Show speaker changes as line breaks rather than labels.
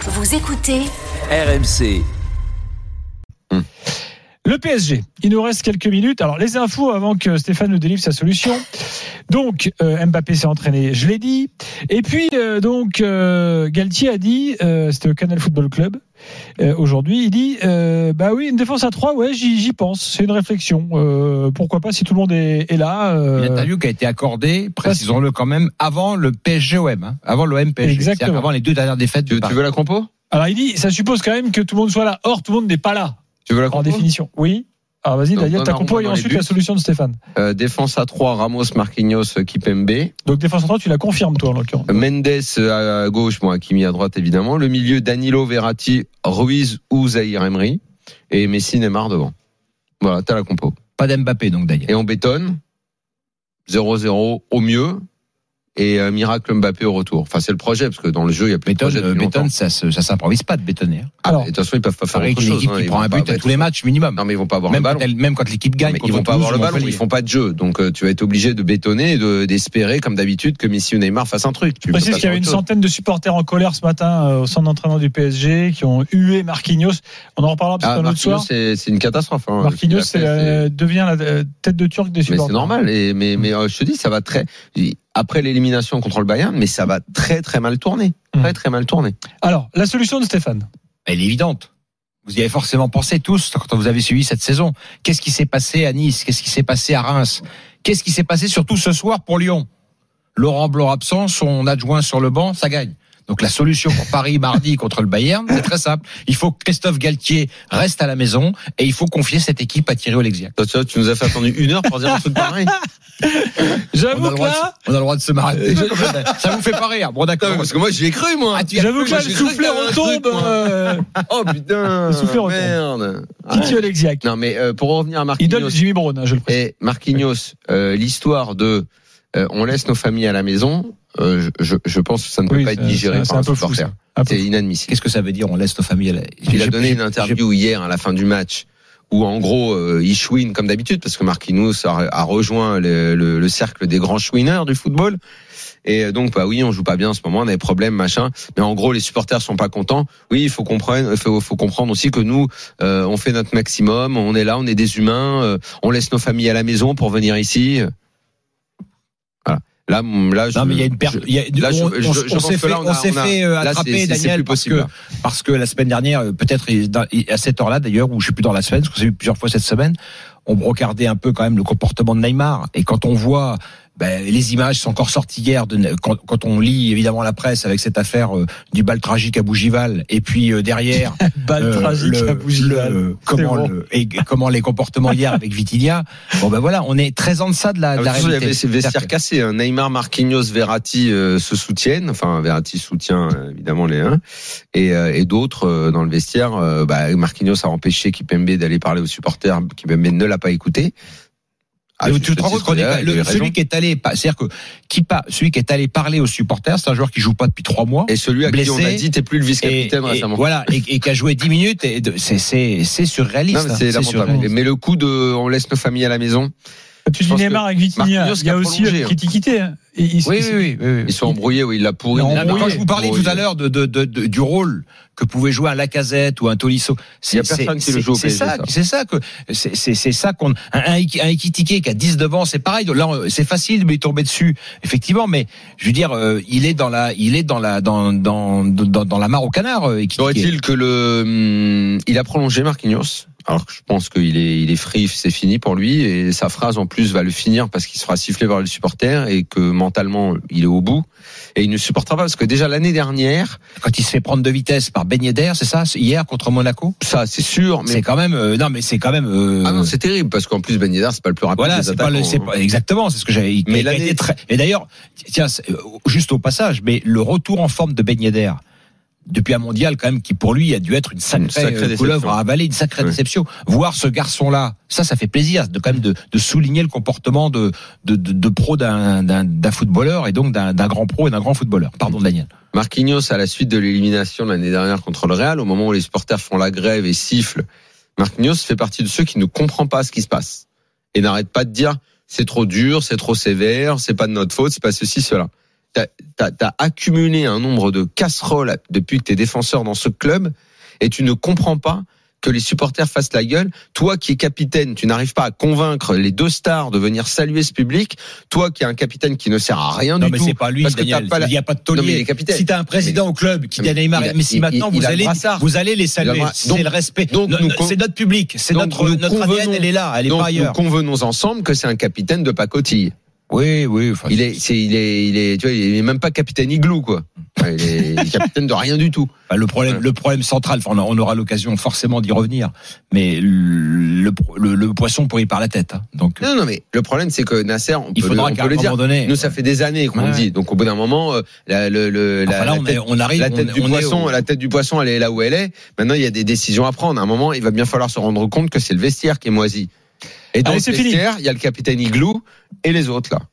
Vous écoutez
RMC.
Le PSG, il nous reste quelques minutes. Alors, les infos avant que Stéphane nous délivre sa solution. Donc, euh, Mbappé s'est entraîné, je l'ai dit. Et puis, euh, donc, euh, Galtier a dit, euh, c'était au Canal Football Club, euh, aujourd'hui, il dit, euh, bah oui, une défense à 3, ouais, j'y j'y pense, c'est une réflexion. Euh, pourquoi pas si tout le monde est, est là euh,
Une interview qui a été accordée, précisons-le quand même, avant le PSG-OM, hein, avant l'OM-PSG,
Exactement.
c'est-à-dire avant les deux dernières défaites.
Tu,
du
tu
Paris.
veux la compo
Alors, il dit, ça suppose quand même que tout le monde soit là. Or, tout le monde n'est pas là,
Tu veux la
en
compo
définition. Oui alors vas-y,
Donc,
Daniel, ta
Donnarumma
compo et
dans les
ensuite
buts.
la solution de Stéphane.
Euh, Défense à 3, Ramos, Marquinhos, Kipembe.
Donc défense centrale, tu la confirmes toi en l'occurrence.
Mendes euh, à gauche, moi, Kimi à droite, évidemment. Le milieu, Danilo, Verratti, Ruiz ou Zahir Emery. Et Messi, Neymar devant. Voilà, t'as la compo.
Pas d'Mbappé donc d'ailleurs.
Et on bétonne. 0-0 au mieux. Et euh, miracle Mbappé au retour. Enfin, c'est le projet, parce que dans le jeu, il y a plus
Béton,
de projet.
euh,
depuis
Béton,
longtemps.
ça se- ça s'improvise pas de bétonner.
Ah,
Alors,
mais de toute façon, ils peuvent pas
Ça
faire
avec
autre
une
chose.
équipe
hein.
qui
Ils
prend
vont
un
pas
but à
être-
tous les matchs minimum.
Non, mais ils vont pas avoir
Même
le ballon.
quand, elle- même quand l'équipe gagne,
Mais
quand
ils vont pas
Toulouse
avoir le
ou
ballon, ils
Montpellier.
font pas de jeu. Donc euh, tu vas être obligé de bétonner et de- d'espérer, comme d'habitude, que Messi ou Neymar fassent un truc. Tu
Je
peux
précise
pas
qu'il y
faire
avait une
autre chose.
centaine de supporters en colère ce matin euh, au centre d'entraînement du PSG qui ont hué Marquinhos. On en reparlera parce
Ah,
qu'un autre
Marquinhos,
soir.
c'est c'est une catastrophe. hein, ce qu'il a
Marquinhos
fait,
c'est la-
c'est-
devient la euh, tête de turc des
Mais
supporters.
c'est normal. Et, mais mais euh, je te dis, ça va très. Après l'élimination contre le Bayern, mais ça va très très mal tourner. Très
Mm.
très mal tourner.
Alors, la solution de Stéphane.
Elle est évidente. Vous y avez forcément pensé tous quand vous avez suivi cette saison. Qu'est-ce qui s'est passé à Nice Qu'est-ce qui s'est passé à Reims Qu'est-ce qui s'est passé surtout ce soir pour Lyon Laurent Blanc absent, son adjoint sur le banc, ça gagne. Donc la solution pour Paris mardi contre le Bayern, c'est très simple. Il faut que Christophe Galtier reste à la maison et il faut confier cette équipe à Thierry Olexiac.
Toi, tu vois, tu nous as fait attendre une heure pour dire un truc pareil.
On a,
J'avoue
le
que
droit de,
là,
on a le droit de se marrer. ça vous fait pas rire. Bon
Putain,
d'accord.
parce que moi, j'y ai cru, moi.
Ah, tu y as
j'avoue
plus,
que là,
moi,
le
j'ai-
cru
soufflet
que t'avais un
retombe.
truc, moi.
euh,
Oh putain.
Le soufflet retombe.
Merde.
Titi Olexiak.
Ah. Non, mais euh, pour revenir à
Il donne
Marquinhos.
Jimmy Brown, hein, je le précise.
Et Marquinhos, euh, l'histoire de euh, on laisse nos familles à la maison, euh, je, je- je pense que ça ne peut
Oui,
pas être
c'est-
digéré par
c'est- c'est
un
un peu fou,
supporter.
ça. Un peu
C'est inadmissible.
Qu'est-ce que ça veut dire On laisse nos familles. à la-
Il a
J'ai-
donné une
j'ai-
interview hier à la fin du match où en gros euh, il chouine comme d'habitude parce que Marquinhos a, a rejoint le, le- le cercle des grands chouineurs du football et donc bah oui on joue pas bien en ce moment on a des problèmes machin mais en gros les supporters sont pas contents oui il faut comprendre faut, faut comprendre aussi que nous euh, on fait notre maximum on est là on est des humains euh, on laisse nos familles à la maison pour venir ici voilà là m- là
Non, mais il y a une
perte
perte. il y a-
là, je-
on
je-
on-
je
on
pense
s'est
que
fait,
là, on a-
on s'est
on a-
fait, euh,
là, c'est-
attraper,
c'est- c'est
Daniel,
plus
parce
possible,
que,
là.
parce que la semaine dernière, euh, peut-être il- dans- il- à cette heure-là d'ailleurs, ou je sais plus dans la semaine, parce qu'on s'est vu plusieurs fois cette semaine, on regardait un peu quand même le comportement de Neymar. Et quand on voit ben, les images qui sont encore sorties hier, de, Ne- quand, quand on lit évidemment la presse avec cette affaire euh, du bal tragique à Bougival, et puis euh, derrière
Balle
euh,
tragique
le-
à Bougival.
le- comment,
bon.
le- et comment les comportements hier avec Vitilia. Bon ben voilà, on est très en deçà de la, de Ah, la
il y
réalité.
avait ces
C'est-à-dire
vestiaires
que-
cassés. hein. Neymar, Marquinhos, Verratti euh, se soutiennent. Enfin, Verratti soutient euh, évidemment les uns. Et, euh, et d'autres euh, dans le vestiaire. euh, bah, Marquinhos a empêché Kipembe d'aller parler aux supporters. Kipembe ne l'a pas écouté. Ah,
Mais
juste
tu te rends compte
titre,
qu'on est-
d'ailleurs, il
le-
a eu raison.
celui qui est allé, pas- c'est-à-dire que qui pas, celui qui est allé parler aux supporters, c'est un joueur qui joue pas depuis trois mois.
Et celui à
blessé,
qui on a dit t'es plus le
Et,
vice-capitaine
et
récemment.
voilà, et, et qui a joué 10 minutes, et de- c'est c'est c'est surréaliste.
Non, mais
hein,
c'est lamentable.
surréaliste.
Mais le coup de on laisse nos familles à la maison. je
Tu dis
pense
Neymar avec Vitinha.
Marquinhos
Il y a
qui a
aussi
prolongé,
euh,
hein.
Kitikité. hein. Et il-
Oui,
il-
oui, oui, oui, oui.
Ils sont embrouillés. Oui, il l'a pourri. Il
Mais
Non,
l'a
mais quand
embrouillés.
je vous parlais tout à
Embrouillés.
l'heure de, de, de- de- du rôle que pouvait jouer un Lacazette ou un
Il
Tolisso,
y
c'est
a personne qui le
c'est-
joue au
c'est
PSG,
ça,
ça.
c'est ça que c'est c'est- c'est ça qu'on un un, Iki- un Ekitike qui a 10 devant, c'est pareil. Là, on- c'est facile de lui tomber dessus, effectivement. Mais je veux dire, euh, il est dans la, il est dans la, dans dans dans, dans la mare au canard. euh, Ekitike.
Faudrait-il que le, hum, il a prolongé Marquinhos. Alors que je pense qu'il est, il est free, c'est fini pour lui. Et sa phrase en plus va le finir parce qu'il sera sifflé par les supporters et que mentalement il est au bout. Et il ne supportera pas parce que déjà l'année dernière,
quand il se fait prendre de vitesse par Ben Yedder, c'est ça, hier contre Monaco.
ça c'est sûr,
C'est
mais
quand même, euh, non mais c'est quand même. euh,
ah non c'est terrible parce qu'en plus Ben Yedder c'est pas le plus rapide
Voilà,
des
c'est pas, le-
attaquants,
c'est
hein.
pas- exactement, c'est ce que j'avais. il-
Mais
il a
l'année-
été très- Et d'ailleurs, tiens, c'est- euh, juste au passage, mais le retour en forme de Ben Yedder depuis un mondial quand même qui pour lui a dû être une sacrée,
Une sacrée
euh,
déception.
couleuvre à avaler, une sacrée
Oui.
déception. Voir ce garçon-là, ça, ça fait plaisir de quand même de, de souligner le comportement de de, de, de pro d'un d'un d'un footballeur et donc d'un d'un grand pro et d'un grand footballeur. Pardon, Daniel.
Marquinhos à la suite de l'élimination de l'année dernière contre le Real, au moment où les supporters font la grève et sifflent, Marquinhos fait partie de ceux qui ne comprend pas ce qui se passe et n'arrête pas de dire c'est trop dur, c'est trop sévère, c'est pas de notre faute, c'est pas ceci, cela. t'as as, accumulé un nombre de casseroles depuis que t'es défenseur dans ce club et tu ne comprends pas que les supporters fassent la gueule. Toi qui es capitaine, tu n'arrives pas à convaincre les deux stars de venir saluer ce public. Toi qui es un capitaine qui ne sert à rien
Non,
du
mais
tout.
c'est pas lui,
parce que
Daniel.
t'as pas la-
Il n'y a pas de
Non, mais il est
taulier.
capitaine.
Si t'as un président au club qui dit à Neymar,
Il a-
mais si
il-
maintenant
il- il
vous
a le
allez,
brassard.
vous allez les
Il
saluer,
a le bras-
c'est
donc-
le respect.
donc
No-
nous
no-
con-
C'est notre public, c'est
donc
notre
nous
notre ADN,
convenons-
elle est là, elle est
Donc,
pas ailleurs.
nous convenons ensemble que c'est un capitaine de pacotille.
Oui, oui. enfin,
Il est, c'est- il est, il est, tu vois, il est même pas capitaine igloo, quoi. Ouais, Il est, il est capitaine de rien du tout.
Bah, le problème,
Ouais.
le problème central, enfin, on a- on aura l'occasion forcément d'y revenir, mais le, le, le poisson pourrit par la tête. hein. Donc,
Non, non, mais le problème, c'est que Nasser, on
il
peut, le,
faudra
on
qu'à
peut
un
le dire.
moment donné.
Nous, ça fait des années qu'on
Ouais,
le
ouais.
dit. Donc, au bout d'un moment, euh, la, le, le- la,
Enfin, là,
la
on,
tête,
est- on arrive.
la tête
on,
du
on est
poisson,
au-
la tête du poisson, elle est là où elle est. Maintenant, il y a des décisions à prendre. À un moment, il va bien falloir se rendre compte que c'est le vestiaire qui est moisi. Et dans
Allez,
le
c'est fini.
vestiaire, il y a le capitaine Igloo et les autres là.